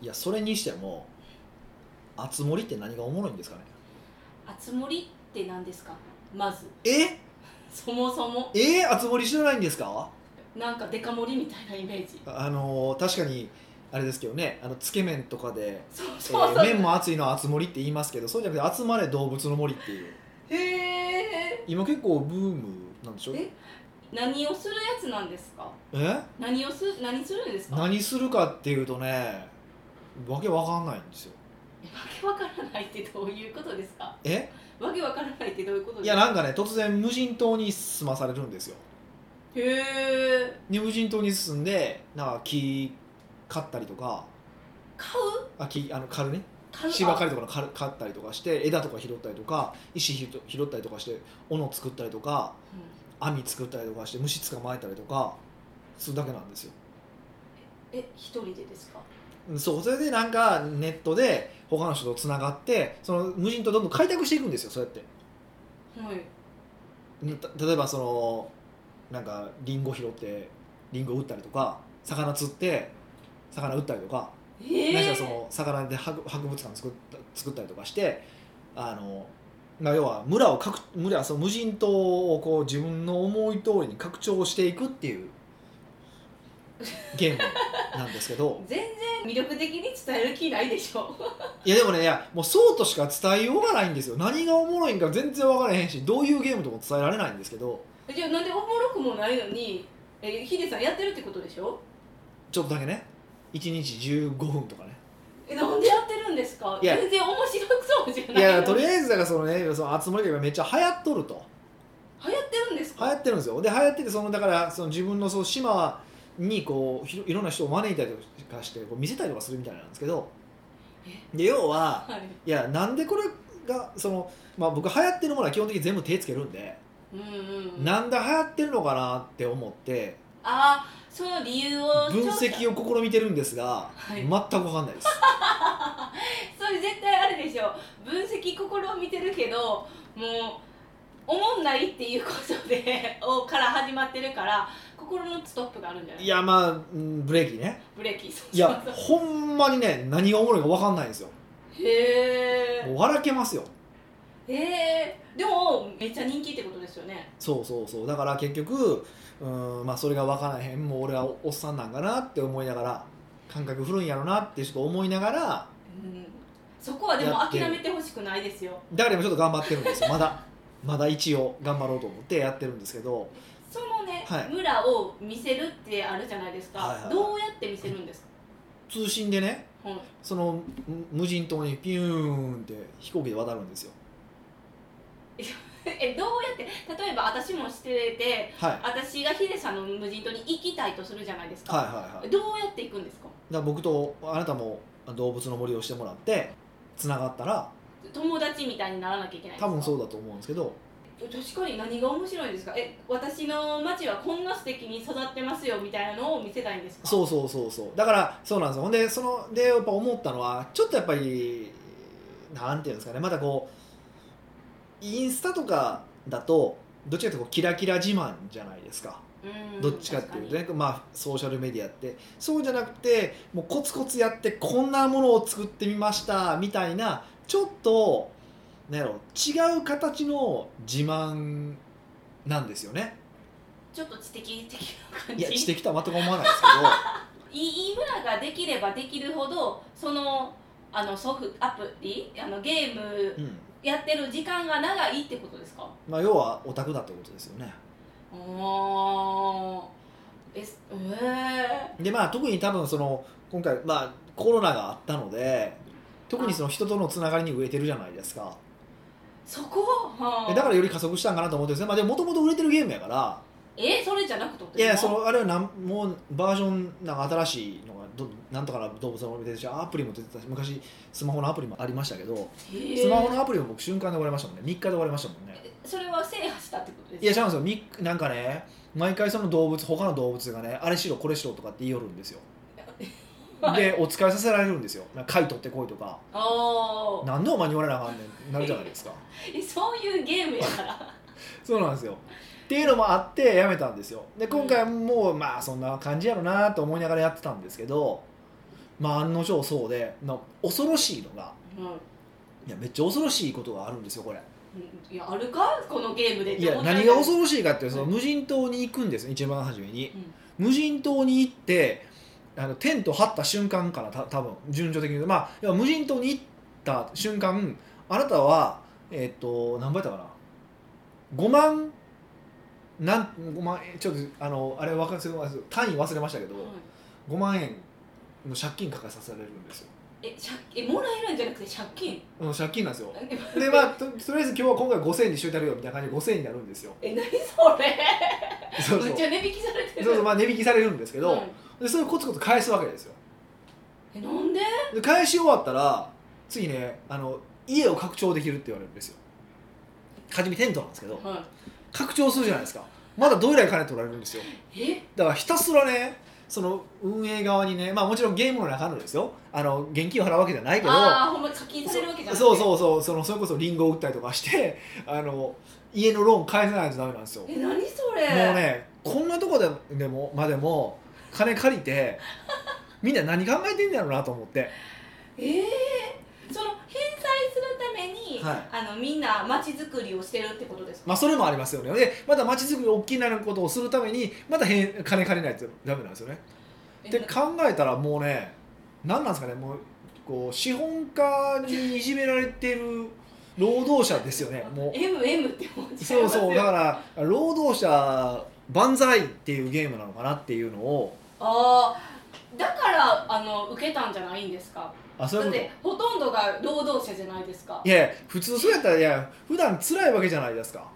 いやそれにしても熱盛って何がおもろいんですかねあつ森って何ですかまずえそもそもえー、熱盛してないんですかなんかデカ盛りみたいなイメージあのー確かにあれですけどねあのつけ麺とかで、そうえそうーそう、麺も熱いのは熱盛って言いますけどそうじゃなくて集まれ動物の森っていうへえ今結構ブームなんでしょえ何をするやつなんですかえ何をする何するんですか何するかっていうとねわけわかんないんですよわけわからないってどういうことですかえわけわからないってどういうこといですやかなんかね突然無人島に住まされるんですよへえで無人島に住んでなんか木買ったりとか買うあ木あの狩るね買う芝刈りとかの狩る狩ったりとかして枝とか拾ったりとか石ひろ拾ったりとかして斧作ったりとかあうん網作ったりとかして虫捕まえたりとかするだけなんですよえ一人でですかうんそうそれでなんかネットで他の人とつながってその無人島どんどん開拓していくんですよそうやってはいねた例えばそのなんかリンゴ拾ってリンゴ売ったりとか魚釣って魚売ったりとか、えないしえはその魚で博博物館作った作ったりとかしてあの、まあ、要は村を拡村その無人島をこう自分の思い通りに拡張していくっていうゲームなんですけ ど全然魅力的に伝える気ないでしょいやでもねいやもうそうとしか伝えようがないんですよ何がおもろいんか全然分からへんしどういうゲームとも伝えられないんですけどじゃあなんでおもろくもないのにえヒデさんやってるってことでしょちょっとだけね1日15分とか ねえなんでやってるんですかいや全然面白くそうじゃないいやとり流あえずだからそのねその集まりがめっちゃ流行っとると行ってるんです流か行ってるんですよで流行っててそのだからその自分のその島にこうひろいろんな人を招いたりとかしてこう見せたりとかするみたいなんですけどで要ははいいやなんでこれがその、まあ、僕流行ってるものは基本的に全部手つけるんで、うんうんうんなんで流行ってるのかなって思ってああその理由を分を析を試みてるんですが、はい全く分かんないですそれ絶対あるでしょ分析試みてるけどもうおもんないっていうことで をから始まってるから心のストップがあるんじゃないいやまあうんブレーキねブレーキそうそういやほんまにね何がおもろいか分かんないんですよへもう笑けますよえへーでもめっちゃ人気ってことですよねそうそうそうだから結局うーん、まあ、それが分からへんもう俺はおおっさんなんかなって思いながら感覚古いんやろなってちょっと思いながらうんそこはでもやって諦るめてほしくないですよだから今ちょっと頑張ってるんですよまだまだ一応頑張ろうと思ってやってるんですけどそのね、はい村を見せるってあるじゃないですか、はいはいはいどうやって見せるんですか、通信でねうん そのむ無人島にピューンって飛行機で渡るんですよえどうやって例えば私もしててはいはい私がヒデさんの無人島に行きたいとするじゃないですか、はいはいだかどうやって行くんですから僕とあなたも動物の森をしてもらってつながったら友達みたいにならなきゃいけないんです多か分そうだと思うんですけど確かに何が面白いんですかえ私の町はこんな素敵に育ってますよみたいなのを見せたいんですかそうそうそうそうだからそうなんですよほんでそのでやっぱ思ったのはちょっとやっぱりなんていうんですかねまたこうインスタとかだとどっちかっていうとこうキラキラ自慢じゃないですか、うんどっちかっていうとねまあソーシャルメディアってそうじゃなくてもうコツコツやってこんなものを作ってみましたみたいなちょっとなんやろ違う形の自慢なんですよ ねちょっと知的的な感いじや知的とは全く思わないですけど。いい村ができればできるほどそのあのソフアプリあのゲーム うんやってる時間が長いってことですかまあ、要はオタクだってことですよねおーえすえーでまあ特に多分その今回まあコロナがあったので特にその人とのつながりに飢えてるじゃないですかそこはでだからより加速したんかなと思ってるんですね、まあ、でももともと売れてるゲームやからえそれじゃなくとっていやいやそのあれはなんもうバージョンなんか新しいのがどなんとかな動物の森出てきてアプリも出てたし昔スマホのアプリもありましたけどへースマホのアプリも僕瞬間で終わりましたもんね3日で終わりましたもんねそれは制覇したってこといでやす違かうんですよみなんかね毎回その動物他の動物がねあれしろこれしろとかって言いよるんですよでお使いさせられるんですよなんか貝取ってこいとかおー何でお前に言われなあかんねんなるじゃないですかえそういうゲームやから そうなんですよっていうのもあってやめたんですよで今回もうまあそんな感じやろなと思いながらやってたんですけどまあ案の定そうでな恐ろしいのがうんいやめっちゃ恐ろしいことがあるんですよこれいやあるかこのゲームでいや何がい恐ろしいかってそのはい無人島に行くんです一番初めに、無人島に行ってあのテント張った瞬間からた多分順序的に言うとまあ要は無人島に行った瞬間あなたはえっと何倍だったかな5万なん5万円ちょっとあのあれ分かんないです単位忘れましたけど、5万円の借金抱えさせられるんですよ、え借えもらえるんじゃなくて借金うん、借金なんですよでまあととりあえず今日は今回5000円にしといてあるよみたいな感じで5000円になるんですよえ何それそうそうめっちゃ値引きされてるそうそうまあ値引きされるんですけど、うんでそれをコツコツ返すわけですよえなんでで返し終わったら次ねあの家を拡張できるって言われるんですよ初めテントなんですけどは拡張するじゃないですかまだどれぐらい金取られるんですよいえだからひたすらねその運営側にねまあもちろんゲームの中のですよあの現金を払うわけじゃないけどああほんま課金されるわけじゃなくてそうそうそうそのそれこそリンゴを売ったりとかしてあの家のローン返さないとダメなんですよもえ何それうねこんなとこででもまでも金借りてみんな何考えてんだろうなと思ってええその返済するために、はいあのみんな街づくりをしてるってことですか、まあそれもありますよねでまた街づくり大きなことをするためにまたへん金借りないとダメなんですよねえで考えたらもうね何なんですかねもうこう資本家にいじめられてる労働者ですよねもう MM って思っちゃいそうますよそうだから労働者万歳っていうゲームなのかなっていうのをああだからあの受けたんじゃないんですかあそうだいうっこてほとんどが労働者じゃないですかといやいや普通そうやったらいや普段辛いわけじゃないですか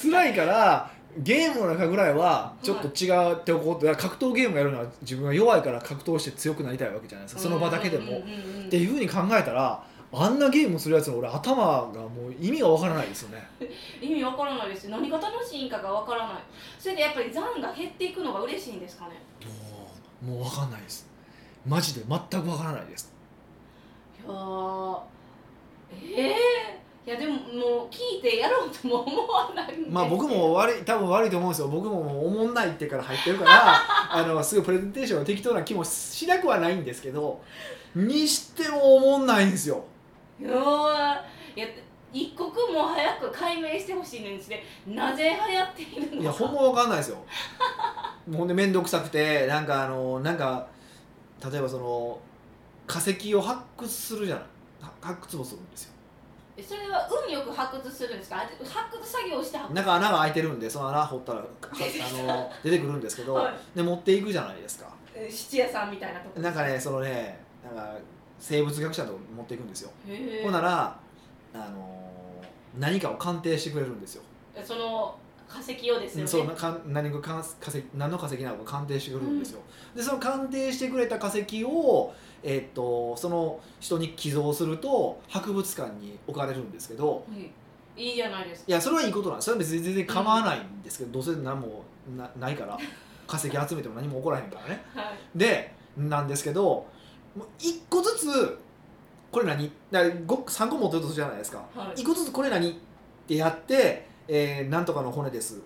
辛いいからゲームの中ぐらいはちょっと違うっておこうってだから格闘ゲームやるのは自分が弱いから格闘して強くなりたいわけじゃないですかその場だけでもっっていうふうに考えたらあんなゲームするやつの俺頭がもう意味がわからないですよね意味わからないです何が楽しいんかがわからないそれでやっぱり残が減っていくのが嬉しいんですかねもうもうわかんないですマジで全くわからないですいやーええいやでももう聞いてやろうとも思わないんですまあ僕も悪い多分悪いと思うんですよ僕ももうおもんないってから入ってるからあのすごいプレゼンテーションの適当な気もしなくはないんですけどにしてもおもんないんですよいやーいや一刻も早く解明してほしいのにしてなぜ流行っているのかいやほんまわかんないですよもうほんで面倒くさくてなんかあのなんか例えばその化石を発掘するじゃないは発掘もするんですよそれは運よく発掘するんですかあ発掘作業をして発掘中穴が開いてるんでその穴掘ったらはあの出てくるんですけど、はいで持っていくじゃないですかえ質屋さんみたいなとこなんかねそのねなんか生物学者のとこに持っていくんですよ、へーほんなら、あのー何かを鑑定してくれるんですよその化石をですよねそうなかん何かかん化石何の化石なのか鑑定してくれるんですよ、でその鑑定してくれた化石を、えーっとその人に寄贈すると博物館に置かれるんですけどはいいいじゃないですかいやそれはいいことなんですそれは別に全然構わないんですけど、どうせ何もなないから化石集めても何も起こらへんからねはいでなんですけどもう一個ずつこれ何だからご3個持ってるとするじゃないですかはい一個ずつこれ何ってやって、えーなんとかの骨です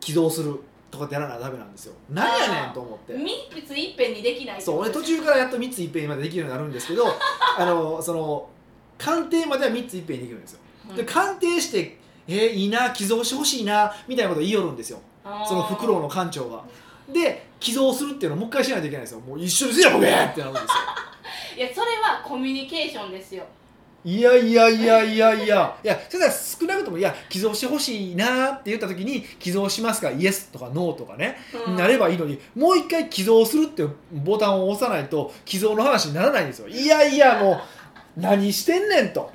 起動するとかってやらなダメなんですよ何やねんと思って三ついっぺんにできないそう俺と途中からやっと3ついっぺんにまでできるようになるんですけどあのその鑑定までは3ついっぺんにできるんですよで鑑定してえーいいな寄贈してほしいなみたいなことを言いよるんですよそのフクロウの館長がで寄贈するっていうのをもう一回しないといけないんですよもう一緒にせやボケーってなるんですよいやそれはコミュニケーションですよいやいやいやいやいやいやそれは少なくともいや寄贈してほしいなって言った時に寄贈しますかイエスとかノーとかね、うんなればいいのにもう一回寄贈するっていうボタンを押さないと寄贈の話にならないんですよいやいやもう何してんねんと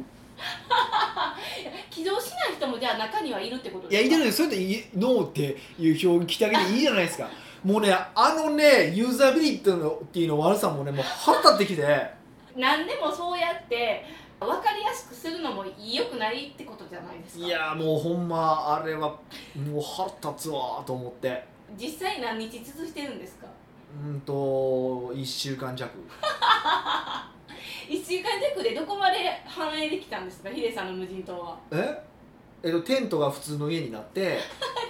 起動しない人もじゃあ中にはいるってこといでやすいかてるでそれっていノーっていう表記してあげていいじゃないですかもうねあのねユーザビリティのっていうの悪さもねもう腹立ってきて。何でもそうやって分かりやすくするのも良くないってことじゃないですかいやもうほんまあれはもう腹立つわと思って実際何日続いてるんですかうんと1週間弱1週間弱でどこまで反映できたんですかヒデさんの無人島はええっとテントが普通の家になって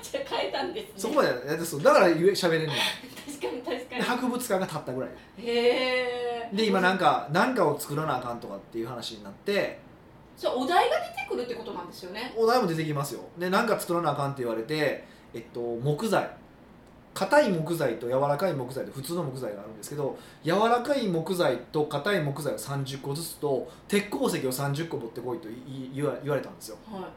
じゃあ変えたんですねそこまでやってそうだから言え喋れんねん確かに確かに博物館が建ったぐらいへえで今なんか何かを作らなあかんとかっていう話になってそうお題が出てくるってことなんですよねお題も出てきますよで何か作らなあかんって言われて、えっと、木材硬い木材と柔らかい木材と普通の木材があるんですけど柔らかい木材と硬い木材を30個ずつと鉄鉱石を30個持ってこいといい言わ言われたんですよは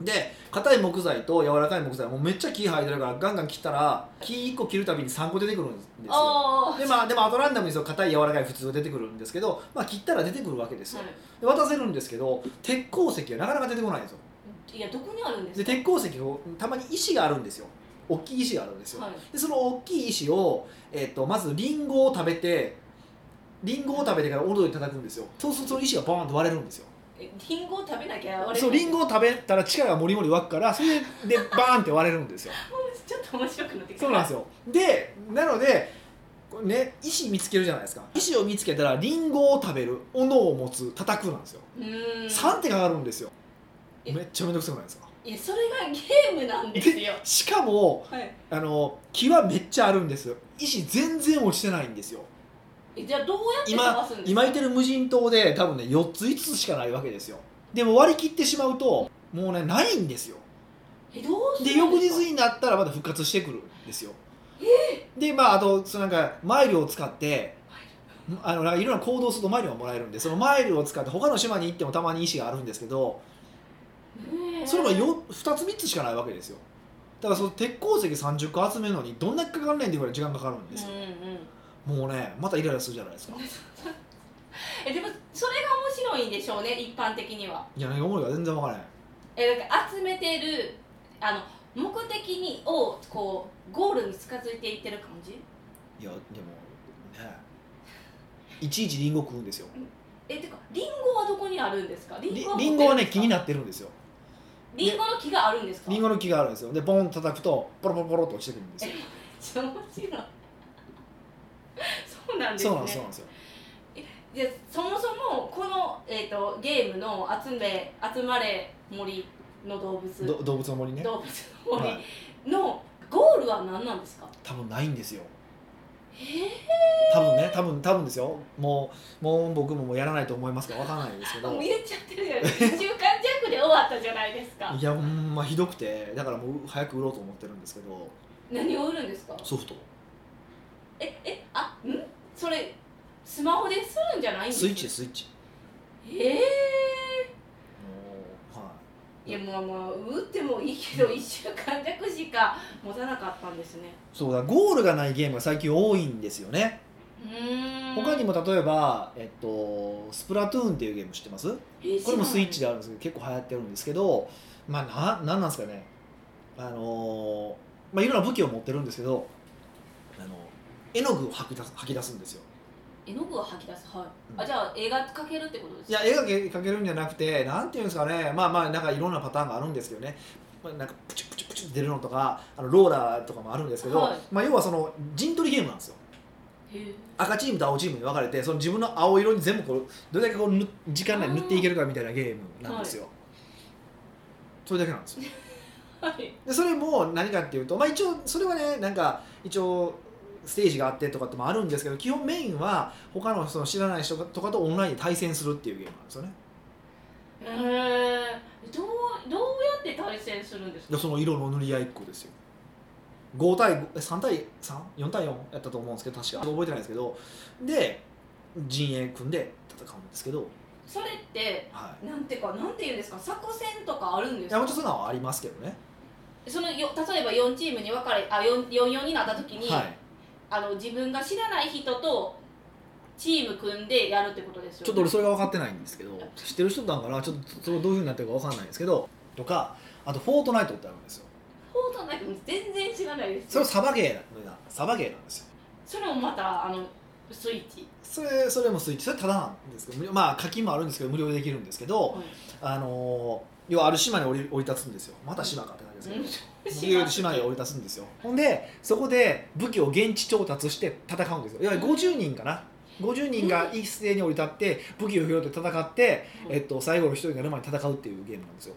で硬い木材と柔らかい木材もうめっちゃ木生えてるからガンガン切ったら木1個切るたびに3個出てくるんですいよああでまあ、でもアトランダムにその硬い柔らかい普通が出てくるんですけど、まあ、切ったら出てくるわけですよ、で渡せるんですけど鉄鉱石はなかなか出てこないんですよいやどこにあるんですでか鉄鉱石をたまに石があるんですよ大きい石があるんですよ、はいでその大きい石を、えっとまずリンゴを食べてリンゴを食べてからおどり叩くんですよそうするとその石がバーンと割れるんですよえリンゴを食べなきゃ割れそうリンゴゴを食べたら力がもりもり湧くからそれでバーンって割れるんですよちょっと面白くなってきたそうなんですよでなのでこうね石見つけるじゃないですか石を見つけたらリンゴを食べる斧を持つ叩くなんですよ、うーん3手かかるんですよえめっちゃめんどくさくないですかいやそれがゲームなんですよしかもはいあの木はめっちゃあるんですよ石全然落ちてないんですよえじゃあどうやって今探すんです今かいてる無人島で多分ね4つ5つしかないわけですよでも割り切ってしまうともうねないんですよえどうするでん翌日ですかになったらまた復活してくるんですよ、でまああとそのなんかマイルを使ってあのなんかいろんな行動するとマイルがもらえるんでそのマイルを使って他の島に行ってもたまに石があるんですけどねえそれがよ2つ3つしかないわけですよだからその鉄鉱石30個集めるのにどんだけかかんねんっていうぐらい時間かかるんですうよん、うんもうねまたイライラするじゃないですかえでもそれが面白いんでしょうね一般的にはいや何が思うか全然わからないえだから集めてるあの目的にをこうゴールに近づいていってる感じいやでもねいちいちリンゴ食うんですよえてかリンゴはどこにあるんですかリリンゴリンゴはね気にななってるんですよリンゴの木があるんですかリンゴの木があるんですよでボンと叩くとポロポロポロと落ちてくるんですよちょっと面白いそうなんですねそうなんですそうなんですよでそもそもこの、えー、とゲームの集め「集まれ森の動物」ど動物の森ね動物のは森い」のゴールは何なんですか多分ないんですよえ多分ね多分多分ですよもうもう僕ももうやらないと思いますからわからないですけー、もどう言っちゃってるじゃないですか1週間弱で終わったじゃないですかいやほんまひどくてだからもう早く売ろうと思ってるんですけど何を売るんですかソフトええあんそれスマホでするんじゃないんですスイッチスイッチえもうはいー、いやまあまあ売ってもいいけど1週間弱しか持たなかったんですねそうだゴールがないゲームが最近多いんですよねうーん他にも例えば、えっと、スプラトゥーンっていうゲーム知ってますこれもスイッチだであるんですけど結構流行ってるんですけどまあななんなんですかねあのーまあいろんな武器を持ってるんですけどあの絵の具を吐き出す吐き出すんですよ絵の具を吐き出すはい、うんあじゃあ絵が描けるってことですいかや絵が描けるんじゃなくてなんていうんですかねまあまあなんかいろんなパターンがあるんですけどねまあなんかプチュプチュプチュって出るのとかあのローラーとかもあるんですけど、はいまあ要はその陣取りゲームなんですよへー赤チームと青チームに分かれてその自分の青色に全部こうどれだけこう塗時間内に塗っていけるかみたいなゲームなんですよ、それだけなんですよはいでそれも何かっていうとまあ一応それはねなんか一応ステージがあってとかってもあるんですけど基本メインは他のその知らない人とかとオンラインで対戦するっていうゲームなんですよねえー、どうどうやって対戦するんですでかその色の塗り合いっこですよ5対5え3対34対4やったと思うんですけど確か覚えてないですけどで陣営組んで戦うんですけどそれってはいなんていうかなんていうんですか作戦とかあるんでいすやもかちろんそんなんはありますけどねそのよ例えば4チームに分かれあ 4, 4 4になった時に、はいあの自分が知らない人とチーム組んでやるってことですよ、ね、ちょっと俺それが分かってないんですけど知ってる人なんかなちょっとそれどういうふうになってるか分かんないんですけどとかあと「フォートナイト」ってあるんですよフォートナイトも全然知らないですそれはサバゲーなサバゲーなんですよそれもまたあのスイッチ、それそれもスイッチそれただなんですけど無料まあ課金もあるんですけど無料でできるんですけど、あのー要はある島に降り降り立つんですよまた島かって感じうんですけど、無料で島に降り立つんですよほんでそこで武器を現地調達して戦うんですよいわゆる50人かな50人が一斉に降り立って武器を拾って戦って、えっと、最後の一人になる前に戦うっていうゲームなんですよ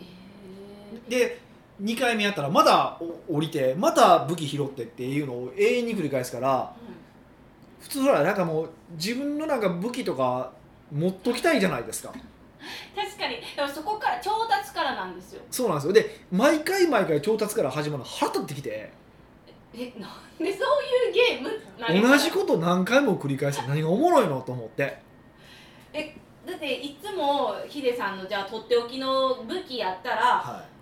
えで2回目やったらまだお降りてまた武器拾ってっていうのを永遠に繰り返すから普通はなんかもう自分のなんか武器とか持っときたいじゃないですか確かにでもそこから調達からなんですよそうなんですよで毎回毎回調達から始まるの腹立ってきてえなんでそういうゲームなり同じこと何回も繰り返して何がおもろいのと思ってだっていつもヒデさんのじゃあとっておきの武器やったらはい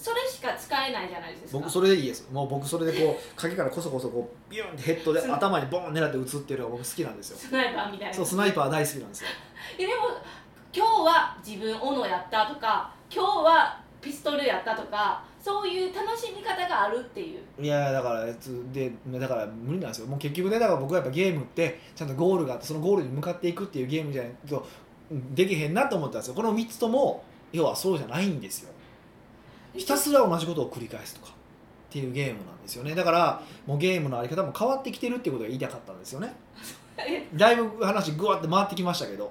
それしか使えないじゃないですか僕それでいいですもう僕それでこう影からこそこそこうビューンってヘッドでそう頭にボーン狙って撃つっていうのが僕好きなんですよスナイパーみたいなそうスナイパー大好きなんですよえでも今日は自分斧やったとか今日はピストルやったとかそういう楽しみ方があるっていういやだからつでだから無理なんですよもう結局ねだから僕はやっぱゲームってちゃんとゴールがあってそのゴールに向かっていくっていうゲームじゃないとできへんなと思ったんですよこの3つとも要はそうじゃないんですよひ たすら同じことを繰り返すとかっていうゲームなんですよねだからもうゲームのあり方も変わってきてるっていうことが言いたかったんですよねえだいぶ話ぐわって回ってきましたけど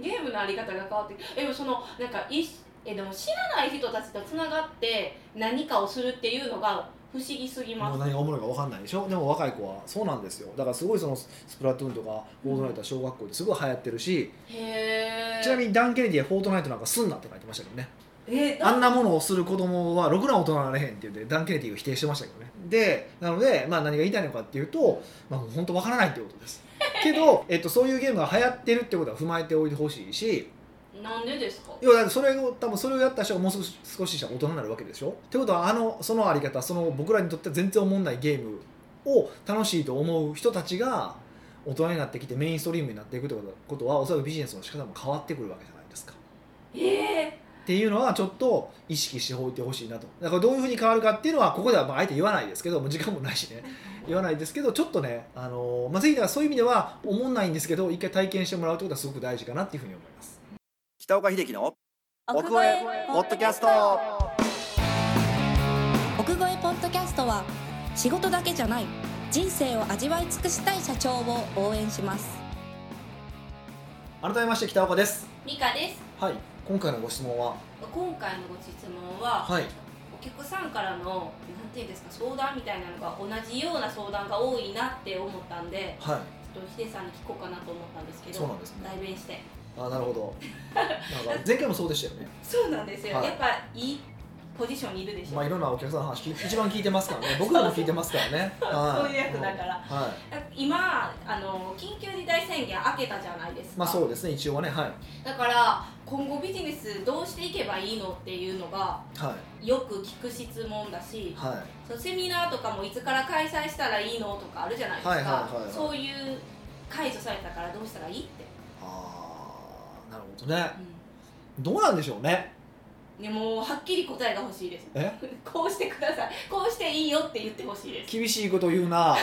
ゲームのあり方が変わってえでもそのなんかいえでも知らない人たちとつながって何かをするっていうのが不思議すぎまもうす何がおもろいか分かんないでしょでも若い子はそうなんですよだからすごいそのススプラトゥーンとかフォートナイトは小学校ですごい流行ってるし、へえちなみにダン・ケネディはフォートナイトなんかすんなって書いてましたけどねえあんなものをする子供はろくな大人になれへんって言ってダン・ケネディを否定してましたけどねでなので、まあ、何が言いたいのかっていうと、まあ、もう本当わからないってことですけど、えっと、そういうゲームが流行ってるってことは踏まえておいてほしいしなんでですか要はだってそれを多分それをやった人がもう少し少ししたら大人になるわけでしょってことはあのそのあり方その僕らにとっては全然思んないゲームを楽しいと思う人たちが大人になってきてメインストリームになっていくってことことはおそらくビジネスの仕方も変わってくるわけじゃないですか。ええっていうのはちょっと意識しておいてほしいなとだからどういうふうに変わるかっていうのはここではまああえて言わないですけどもう時間もないしね言わないですけどちょっとね、あのまあ、ぜひだからそういう意味では思んないんですけど一回体験してもらうってことはすごく大事かなっていうふうに思います北岡秀樹の奥越えポッドキャスト奥越えポッドキャストは仕事だけじゃない人生を味わい尽くしたい社長を応援します改めまして北岡ですミカですはい今回のご質問は今回のご質問は、はいお客さんからのなんていうんですか相談みたいなのが同じような相談が多いなって思ったんではいちょっとヒデさんに聞こうかなと思ったんですけどそうなんですね代弁してあなるほ どなんか前回もそうでしたよねそうなんですよ、はいやっぱいいポジションにいるでしょ、まあいろんなお客さんの話聞い一番聞いてます からね僕らも聞いてますからねはいそういうやつだからはい今あの緊急事態宣言明けたじゃないですか、まあそうですね一応はねはいだから今後ビジネスどうしていけばいいのっていうのがはいよく聞く質問だしはいそのセミナーとかもいつから開催したらいいのとかあるじゃないですか、はいはいはいはいそういう解除されたからどうしたらいいって、あーなるほどねうどうなんでしょうねん、でもはっきり答えが欲しいです えこうしてくださいこうしていいよって言ってほしいで厳しいこと言う な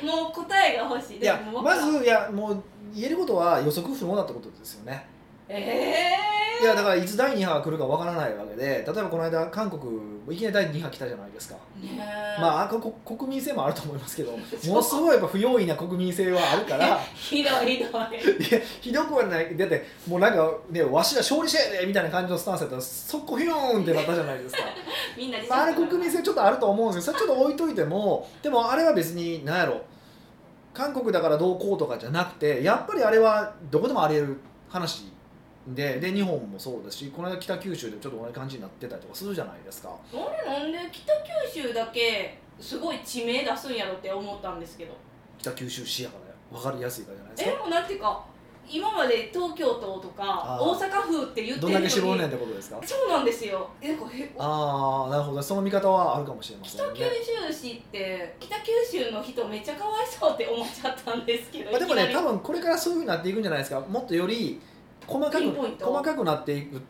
すもう答えが欲しいいやでもま僕はずいやもう言えることは予測不能だってことですよねえいやだからいつ第2波が来るかわからないわけで例えばこの間韓国いきなり第2波来たじゃないですかえねえまああここ国民性もあると思いますけどものすごいやっぱ不用意な国民性はあるから ひどいひいどいやひどくはないだってもうなんかねわしら勝利者やでみたいな感じのスタンスやったら速攻ヒューンってなったじゃないですかみんなでまあ、あれ国民性ちょっとあると思うんですけどそれちょっと置いといてもでもあれは別に何やろ韓国だからどうこうとかじゃなくてやっぱりあれはどこでもあり得る話でで日本もそうですしこの間北九州でもちょっと同じ感じになってたりとかするじゃないですかあれなんで北九州だけすごい地名出すんやろって思ったんですけど北九州市やから分かりやすいからじゃないですえかもうなんていうか今まで東京都とかあー大阪府って言ってどるんだのにけ絞るねんってことですかそうなんですよえなんかへああなるほどその見方はあるかもしれませ北ん九ね州市って北九州の人めっちゃかわいそうって思っちゃったんですけど、まあ、でもいねきな多り分これからそういうふうになっていくんじゃないですかもっとより細かピくンポイント細かくなっていく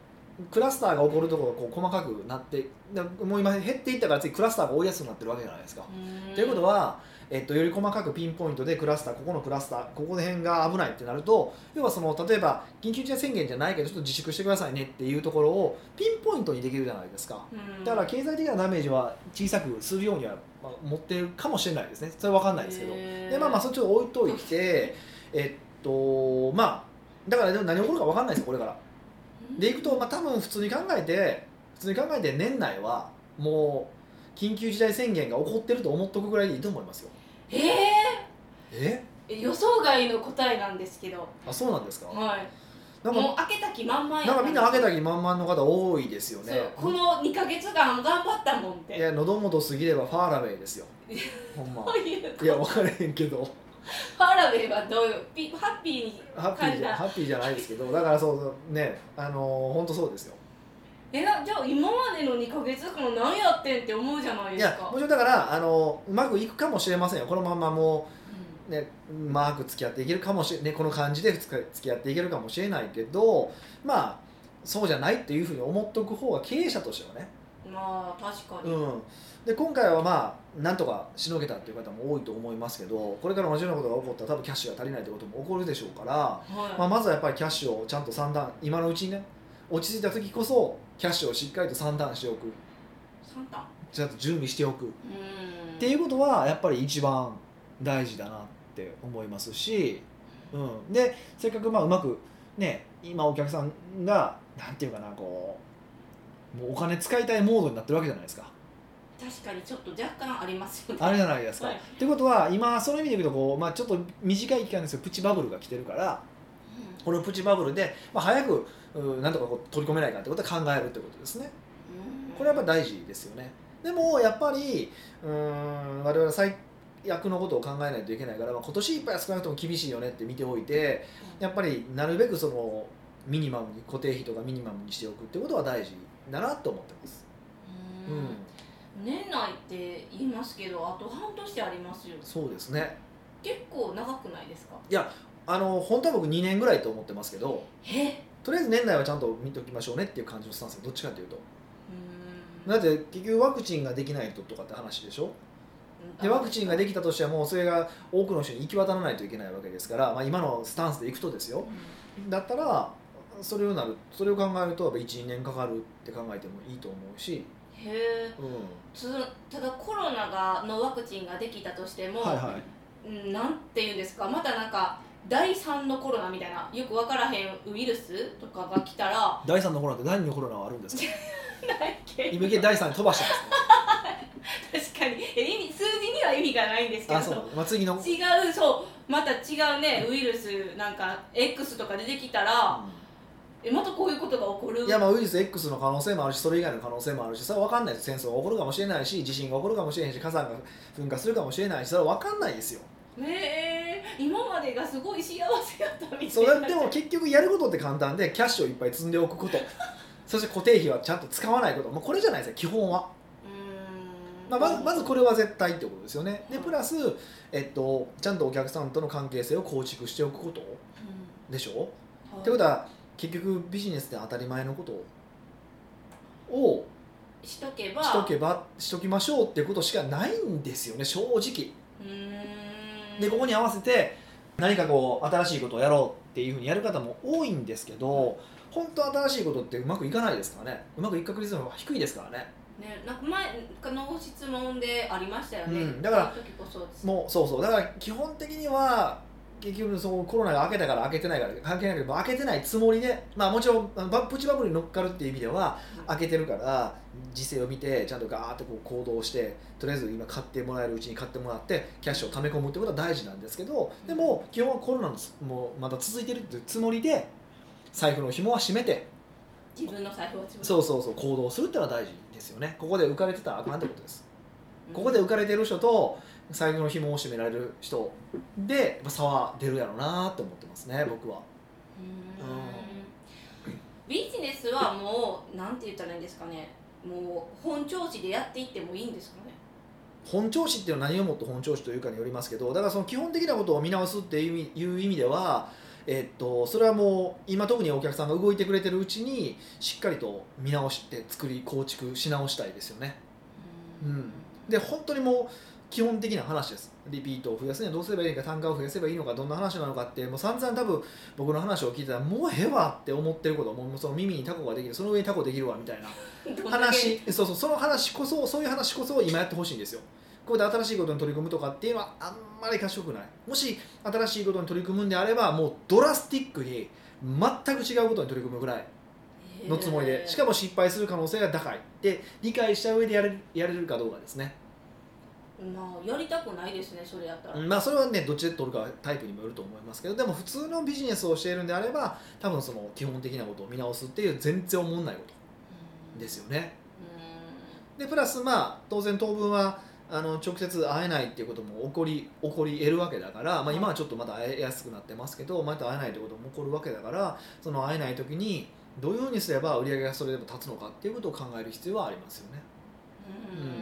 クラスターが起こるところがこう細かくなってだもう今減っていったから次クラスターが追いやすくなってるわけじゃないですか。うーんということは、えっと、より細かくピンポイントでクラスターここのクラスターここら辺が危ないってなると要はその例えば緊急事態宣言じゃないけどちょっと自粛してくださいねっていうところをピンポイントにできるじゃないですか。うんだから経済的なダメージは小さくするようには、まあ、持ってるかもしれないですねそれは分かんないですけど。へーでまあまあそっちを置いといてえっとまあだからでも何起こるか分かんないですよこれからでいくとまあ多分普通に考えて普通に考えて年内はもう緊急事態宣言が起こってると思っとくぐらいでいいと思いますよええー、予想外の答えなんですけど、あそうなんですかはい、なんもうか開けた気満々やなんかみんな開けた気気満々の方多いですよねそうこの2か月間頑張ったもんっいてや喉元過ぎればファーラウェイ ですよほんまそういういや分からへんけどファラウェイはどういうピハッピーにハッピーじゃハッピーじゃないですけどだからそうそうねあの本当そうですよえなじゃあ今までの2か月間何やってんって思うじゃないいですやかもちろんだからあのうまくいくかもしれませんよこのまんまもううねうまく付き合っていけるかもしれねこの感じで付き付き合っていけるかもしれないけどまあそうじゃないっていうふうに思っとく方が経営者としてはね、んまあ確かに、うん、で今回はまあなんとかしのげたっていう方も多いと思いますけどこれから同じようなことが起こったら多分キャッシュが足りないってことも起こるでしょうから、はい、まあ、まずはやっぱりキャッシュをちゃんと算段今のうちにね落ち着いた時こそキャッシュをしっかりと算段しておくサンタちゃんと準備しておくっうんていうことはやっぱり一番大事だなって思いますし、うん、でせっかくまあうまくね今お客さんがなんていうかなこうもうお金使いたいモードになってるわけじゃないですか確かにちょっと若干ありますよねあれじゃないですか。はいってことは今その意味で言うとこう、まあ、ちょっと短い期間ですよプチバブルが来てるから。このプチバブルで、まあ、早くうんなんとかこう取り込めないかってことは考えるってことですねうんこれはやっぱ大事ですよねでもやっぱりうーん我々最悪のことを考えないといけないから、まあ、今年いっぱいは少なくとも厳しいよねって見ておいてやっぱりなるべくそのミニマムに固定費とかミニマムにしておくってことは大事だなと思ってます、ううんん年内って言いますけどあと半年ありますよそうですね結構長くないですかあの本当は僕2年ぐらいと思ってますけどえうとりあえず年内はちゃんと見ておきましょうねっていう感じのスタンスどっちかというとーんだって結局ワクチンができないととかって話でしょでワクチンができたとしてはもうそれが多くの人に行き渡らないといけないわけですから、まあ、今のスタンスでいくとですようだったらそれをなるそれを考えると12年かかるって考えてもいいと思うし、んへえうん、つただコロナがのワクチンができたとしても、はいはいうんなんていうんですかまたなんか第3のコロナみたいなよく分からへんウイルスとかが来た ら第3のコロナって第2のコロナはあるん ですかないけ今現第3に飛ばしたんですね確かにえ意味数字には意味がないんですけ あそどう、まあ、次の、うん、違うそうまた違うねウイルスなんか X とか出てきたらえまたこういうことが起こるいやまあウイルス X の可能性もあるしそれ以外の可能性もあるしそれは分かんないです戦争が起こるかもしれないし地震が起こるかもしれないし火山が噴火するかもしれないしそれは分かんないですよねえ今までがすごい幸せやったみたいなそうやっても結局やることって簡単でキャッシュをいっぱい積んでおくことそして固定費はちゃんと使わないこと、まあ、これじゃないですか基本は、うーまんあ、まずまずこれは絶対ってことですよねでプラス、えっと、ちゃんとお客さんとの関係性を構築しておくことうでしょんはいってことは結局ビジネスで当たり前のことをしとけばしとけばしときましょうっていうことしかないんですよね正直うーんでここに合わせて何かこう新しいことをやろうっていうふうにやる方も多いんですけど本当新しいことってうまくいかないですからねうまくいく確率の方が低いですからねねなんか前の質問でありましたよね、うんだからその時こそですもうそうそうだから基本的には結局そのコロナが明けたから明けてないから関係ないけど明けてないつもりで、まあ、もちろんあのバプチバブルに乗っかるっていう意味では明けてるから時勢を見てちゃんとガーッとこう行動してとりあえず今買ってもらえるうちに買ってもらってキャッシュを貯め込むってことは大事なんですけどでも基本はコロナのつもうまだ続いてるっていうつもりで財布の紐は締めて自分の財布を自分そうそうそう行動するってのは大事ですよねここで浮かれてたらあかんってことですうんここで浮かれてる人と財布の紐を締められる人でやっぱ差は出るやろうなって思ってますね僕はうーんビジネスはもうなんて言ったらいいんですかねもう本調子でやっていってもいいんですかね本調子っていうのは何をもって本調子というかによりますけどだからその基本的なことを見直すっていう意味いう意味では、えっと、それはもう今特にお客さんが動いてくれてるうちにしっかりと見直して作り構築し直したいですよねうんで本当にもう基本的な話ですリピートを増やすにはどうすればいいのか単価を増やせばいいのかどんな話なのかってもう散々多分僕の話を聞いてたらもうへわって思ってることもうその耳にタコができるその上にタコできるわみたいなどんだけ話そうそうその話こそそういう話こそ今やってほしいんですよここで新しいことに取り組むとかっていうのはあんまり賢くないもし新しいことに取り組むんであればもうドラスティックに全く違うことに取り組むぐらいえのつもりでしかもも失敗する可能性が高いで理解した上でやれるやれるかどうかですねまあやりたくないですねそれやったら、まあそれはねどっちで取るかタイプにもよると思いますけどでも普通のビジネスをしているんであれば多分その基本的なことを見直すっていう全然思んないことですよねうでプラスまあ当然当分はあの直接会えないっていうことも起こり起こり得るわけだから、まあ、今はちょっとまだ会えやすくなってますけどまた会えないってことも起こるわけだからその会えない時にどういうふうにすれば売り上げがそれでも立つのかっていうことを考える必要はありますよね。んうん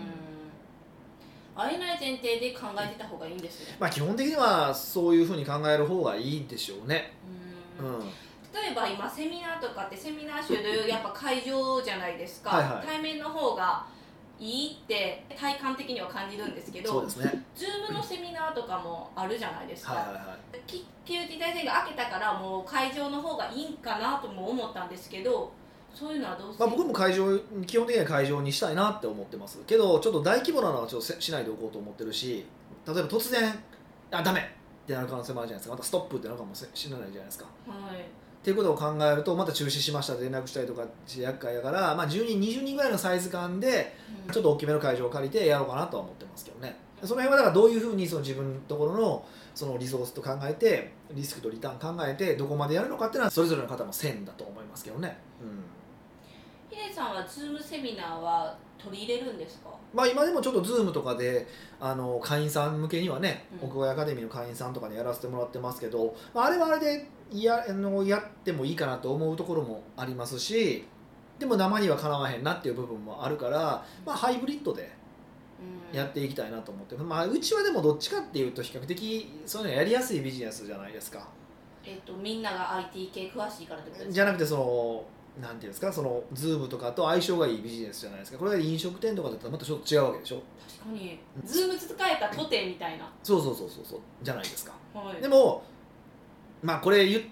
会えない前提で考えてた方がいいんですね、まあ、基本的にはそういうふうに考える方がいいでしょうね。う、うんんは例えば今セミナーとかってセミナー種類やっぱ会場じゃないですか、はいはい対面の方がいいって体感的には感じるんですけそうどですね。ズームのセミナーとかもあるじゃないですか、はいはいはい。緊急事態宣言が明けたからもう会場の方がいいんかなとも思ったんですけどそういうのはどうすまるあ、僕も会場基本的には会場にしたいなって思ってますけどちょっと大規模なのはちょっとせしないでおこうと思ってるし例えば突然「あダメ!」ってなる可能性もあるじゃないですかまた「ストップ!」ってなるかもしれないじゃないですか。っはいていうことを考えるとまた中止しましたって連絡したりとかして厄介だから、まあ、10人20人ぐらいのサイズ感でうんちょっと大きめの会場を借りてやろうかなとは思ってますけどねその辺はだからどういうふうにその自分のところのそのリソースと考えてリスクとリターン考えてどこまでやるのかっていうのはそれぞれの方の線だと思いますけどね。うんヒデさんはズームセミナーは取り入れるんですかまあ、今でもちょっと Zoom とかであの会員さん向けにはね、うん奥越アカデミーの会員さんとかでやらせてもらってますけど、まあ、あれはあれでやあのやってもいいかなと思うところもありますしでも生にはかなわへんなっていう部分もあるから、まあ、ハイブリッドでうんやっていきたいなと思って、まあ、うちはでもどっちかっていうと比較的そういうのやりやすいビジネスじゃないですか。えっとみんなが IT 系詳しいからってことですかじゃなくてそのなんていうんですかその Zoom とかと相性がいいビジネスじゃないですかこれが飲食店とかだったらまたちょっと違うわけでしょ確かにズーム使えたとてみたいな、そうそうそうそうそうじゃないですかはい、でもまあこれ言っ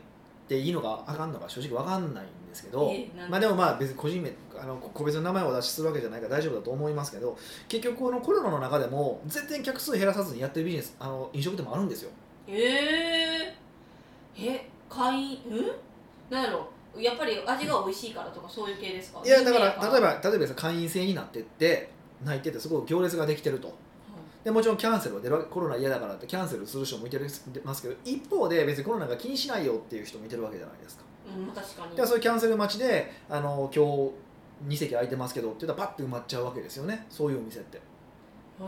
ていいのかあかんのか正直わかんないんですけど、ええなんでまあでもまあ別に個人名あの個別の名前をお出しするわけじゃないから大丈夫だと思いますけど結局このコロナの中でも全然客数減らさずにやってるビジネスあの飲食店もあるんですよえー、え会員うんなんやろやっぱり味が美味しいからとかそういう系ですかいやだか有ら名例えはば例えばさ会員制になってって泣いててすごい行列ができてるといでもちろんキャンセルは出るわけコロナ嫌だからってキャンセルする人もいてるますけど一方で別にコロナが気にしないよっていう人もいてるわけじゃないですかうん、確かにでそういうキャンセル待ちであの今日2席空いてますけどって言ったらパッて埋まっちゃうわけですよねそういうお店ってへ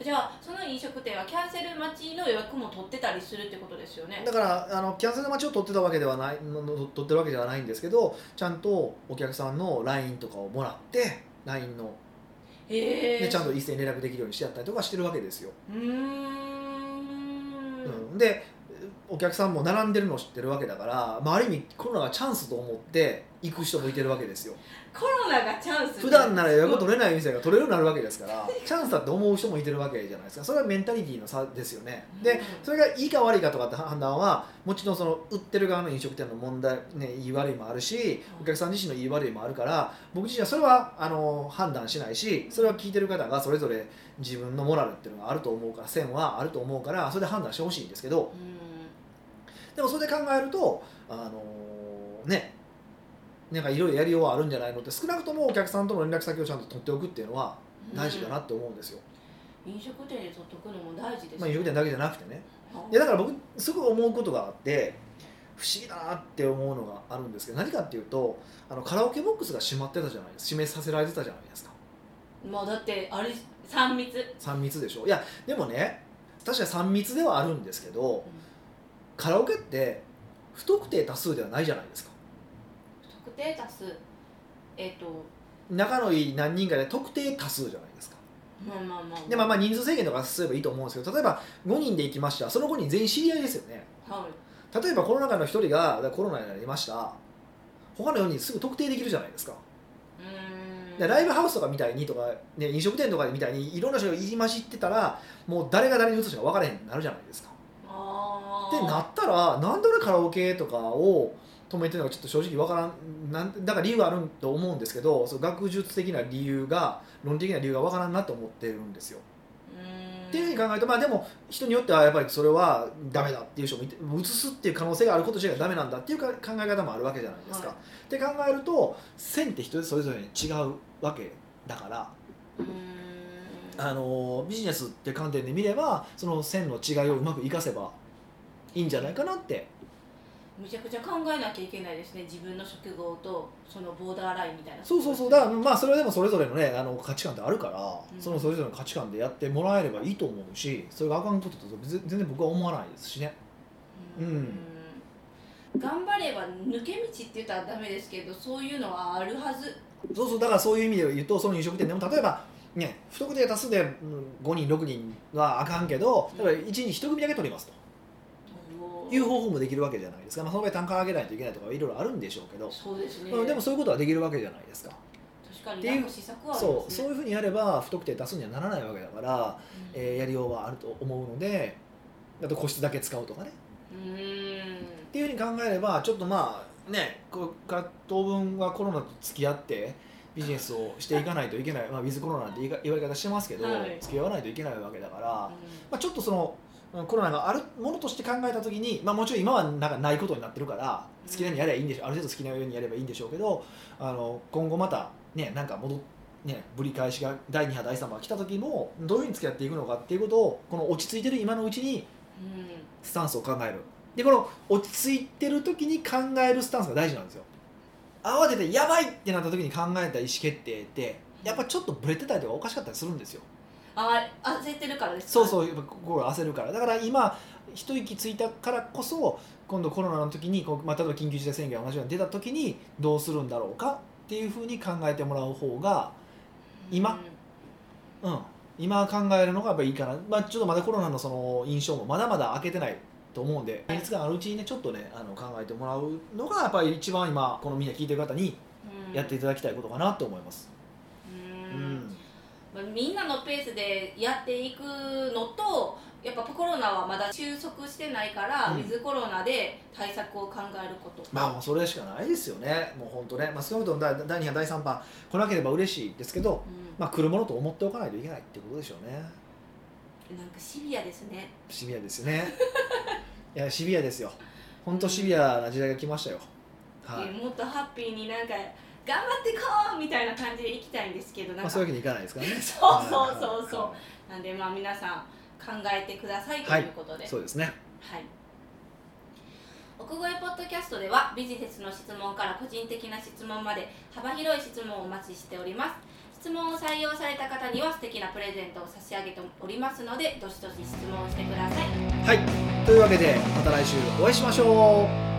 えじゃあその飲食店はキャンセル待ちの予約も取ってたりするってことですよねだからあのキャンセル待ちを取ってたわけではないのの取ってるわけではないんですけどちゃんとお客さんの LINE とかをもらって LINE の、へえでちゃんと一斉に連絡できるようにしてやったりとかしてるわけですよ、うーんうん、でお客さんも並んでるのを知ってるわけだから、まあ、ある意味コロナがチャンスと思って行く人もいてるわけですよコロナがチャンス普段なら予約取れない店が取れるようになるわけですからチャンスだって思う人もいてるわけじゃないですかそれはメンタリティの差ですよねうんでそれがいいか悪いかとかって判断はもちろんその売ってる側の飲食店の問題、ね、言い悪いもあるしお客さん自身の言い悪いもあるから僕自身はそれはあの判断しないしそれは聞いてる方がそれぞれ自分のモラルっていうのがあると思うから線はあると思うからそれで判断してほしいんですけどうんでもそれで考えるとあのねなんかいろいろやりようはあるんじゃないのって少なくともお客さんとの連絡先をちゃんと取っておくっていうのは大事かなって思うんですよ、飲食店で取っとくのも大事です、まあ、飲食店だけじゃなくてねはいやだから僕すごい思うことがあって不思議だなって思うのがあるんですけど何かっていうとあのカラオケボックスが閉まってたじゃないです閉めさせられてたじゃないですかまあだってあれ三密、 3密でしょいやでもね確かに3密ではあるんですけどカラオケって不特定多数ではないじゃないですか特定多数えっ、と仲のいい何人かで特定多数じゃないですかまあまあまあでまあまあ人数制限とかすればいいと思うんですけど例えば5人で行きましたその5人全員知り合いですよねはい例えばこの中の1人がだからコロナになりました他の4人すぐ特定できるじゃないですかうーんでライブハウスとかみたいにとか、ね、飲食店とかみたいにいろんな人が入り混じってたらもう誰が誰に移すか分からへんなるじゃないですかあでなったらなんで俺カラオケとかを止めてるのかちょっと正直分からんなんだから理由があると思うんですけどその学術的な理由が論理的な理由が分からんなと思ってるんですようーんっていうふうに考えるとまあでも人によってはやっぱりそれはダメだっていう人もいて移すっていう可能性があること自体がダメなんだっていうか考え方もあるわけじゃないですか。はって考えると線って人それぞれに違うわけだから。うーんあのビジネスって観点で見ればその線の違いをうまく生かせばいいんじゃないかなってむちゃくちゃ考えなきゃいけないですね自分の職業とそのボーダーラインみたいなそうそうそうだからまあそれはでもそれぞれのねあの価値観ってあるから、うんそのそれぞれの価値観でやってもらえればいいと思うしそれがあかんことと全全然僕は思わないですしねううんん頑張れば抜け道って言ったらダメですけどそういうのはあるはずそうそうだからそういう意味で言うとその飲食店でも例えばね不特定多数でうん5人6人はあかんけど例えば1日1組だけ取りますという方法もできるわけじゃないですか、まあ、その場合単価上げないといけないとかいろいろあるんでしょうけど、そうですねうんでもそういうことはできるわけじゃないですか確かにっていうなんか施策はありまそうすそうねいうふうにやれば不特定多数にはならないわけだから、うんえーやりようはあると思うのであと個室だけ使うとかねうーんっていうふうに考えればちょっとまあねこうか当分はコロナと付き合ってビジネスをしていかないといけない、まあ、ウィズコロナって言いか言われ方してますけど、はい付き合わないといけないわけだから、うんまあ、ちょっとそのうんコロナがあるものとして考えた時に、まあ、もちろん今はなんかないことになってるからうん好きなようにやればいいんでしょうある程度好きなようにやればいいんでしょうけどあの今後またねなんか戻っね、ぶり返しが第2波第3波が来た時もどういうふうに付き合っていくのかっていうことをこの落ち着いてる今のうちにうんスタンスを考えるでこの落ち着いてる時に考えるスタンスが大事なんですよ慌ててやばいってなった時に考えた意思決定ってやっぱちょっとブレてたりとかおかしかったりするんですよあー焦ってるからですかそうそうやっぱ心が焦るからだから今一息ついたからこそ今度コロナの時にこう、まあ、例えば緊急事態宣言が同じように出た時にどうするんだろうかっていうふうに考えてもらう方が今うん、今考えるのがやっぱいいかな、まあ、ちょっとまだコロナのその印象もまだまだ開けてないと思うんではい現実感あるうちにねちょっとねあの考えてもらうのがやっぱり一番今このみんな聞いてる方にうんやっていただきたいことかなと思います、うんうんまあみんなのペースでやっていくのとやっぱコロナはまだ収束してないから、うんウィズコロナで対策を考えることまあもうそれしかないですよねもう本当ね、まあ、少なくとも第第2波第3波来なければ嬉しいですけど、うんまあ、来るものと思っておかないといけないってことでしょうねなんかシビアですねシビアですね いやシビアですよ本当シビアな時代が来ましたよ、はいねもっとハッピーになんか頑張ってこうみたいな感じでいきたいんですけどなんまあ、かそういうわけにいかないですからね そうそうそうそうはいなんでまあ皆さん考えてくださいとはいいうことで、そうですねはい。奥越ポッドキャストではビジネスの質問から個人的な質問まで幅広い質問をお待ちしております質問を採用された方には素敵なプレゼントを差し上げておりますのでどしどし質問をしてくださいはいというわけでまた来週お会いしましょう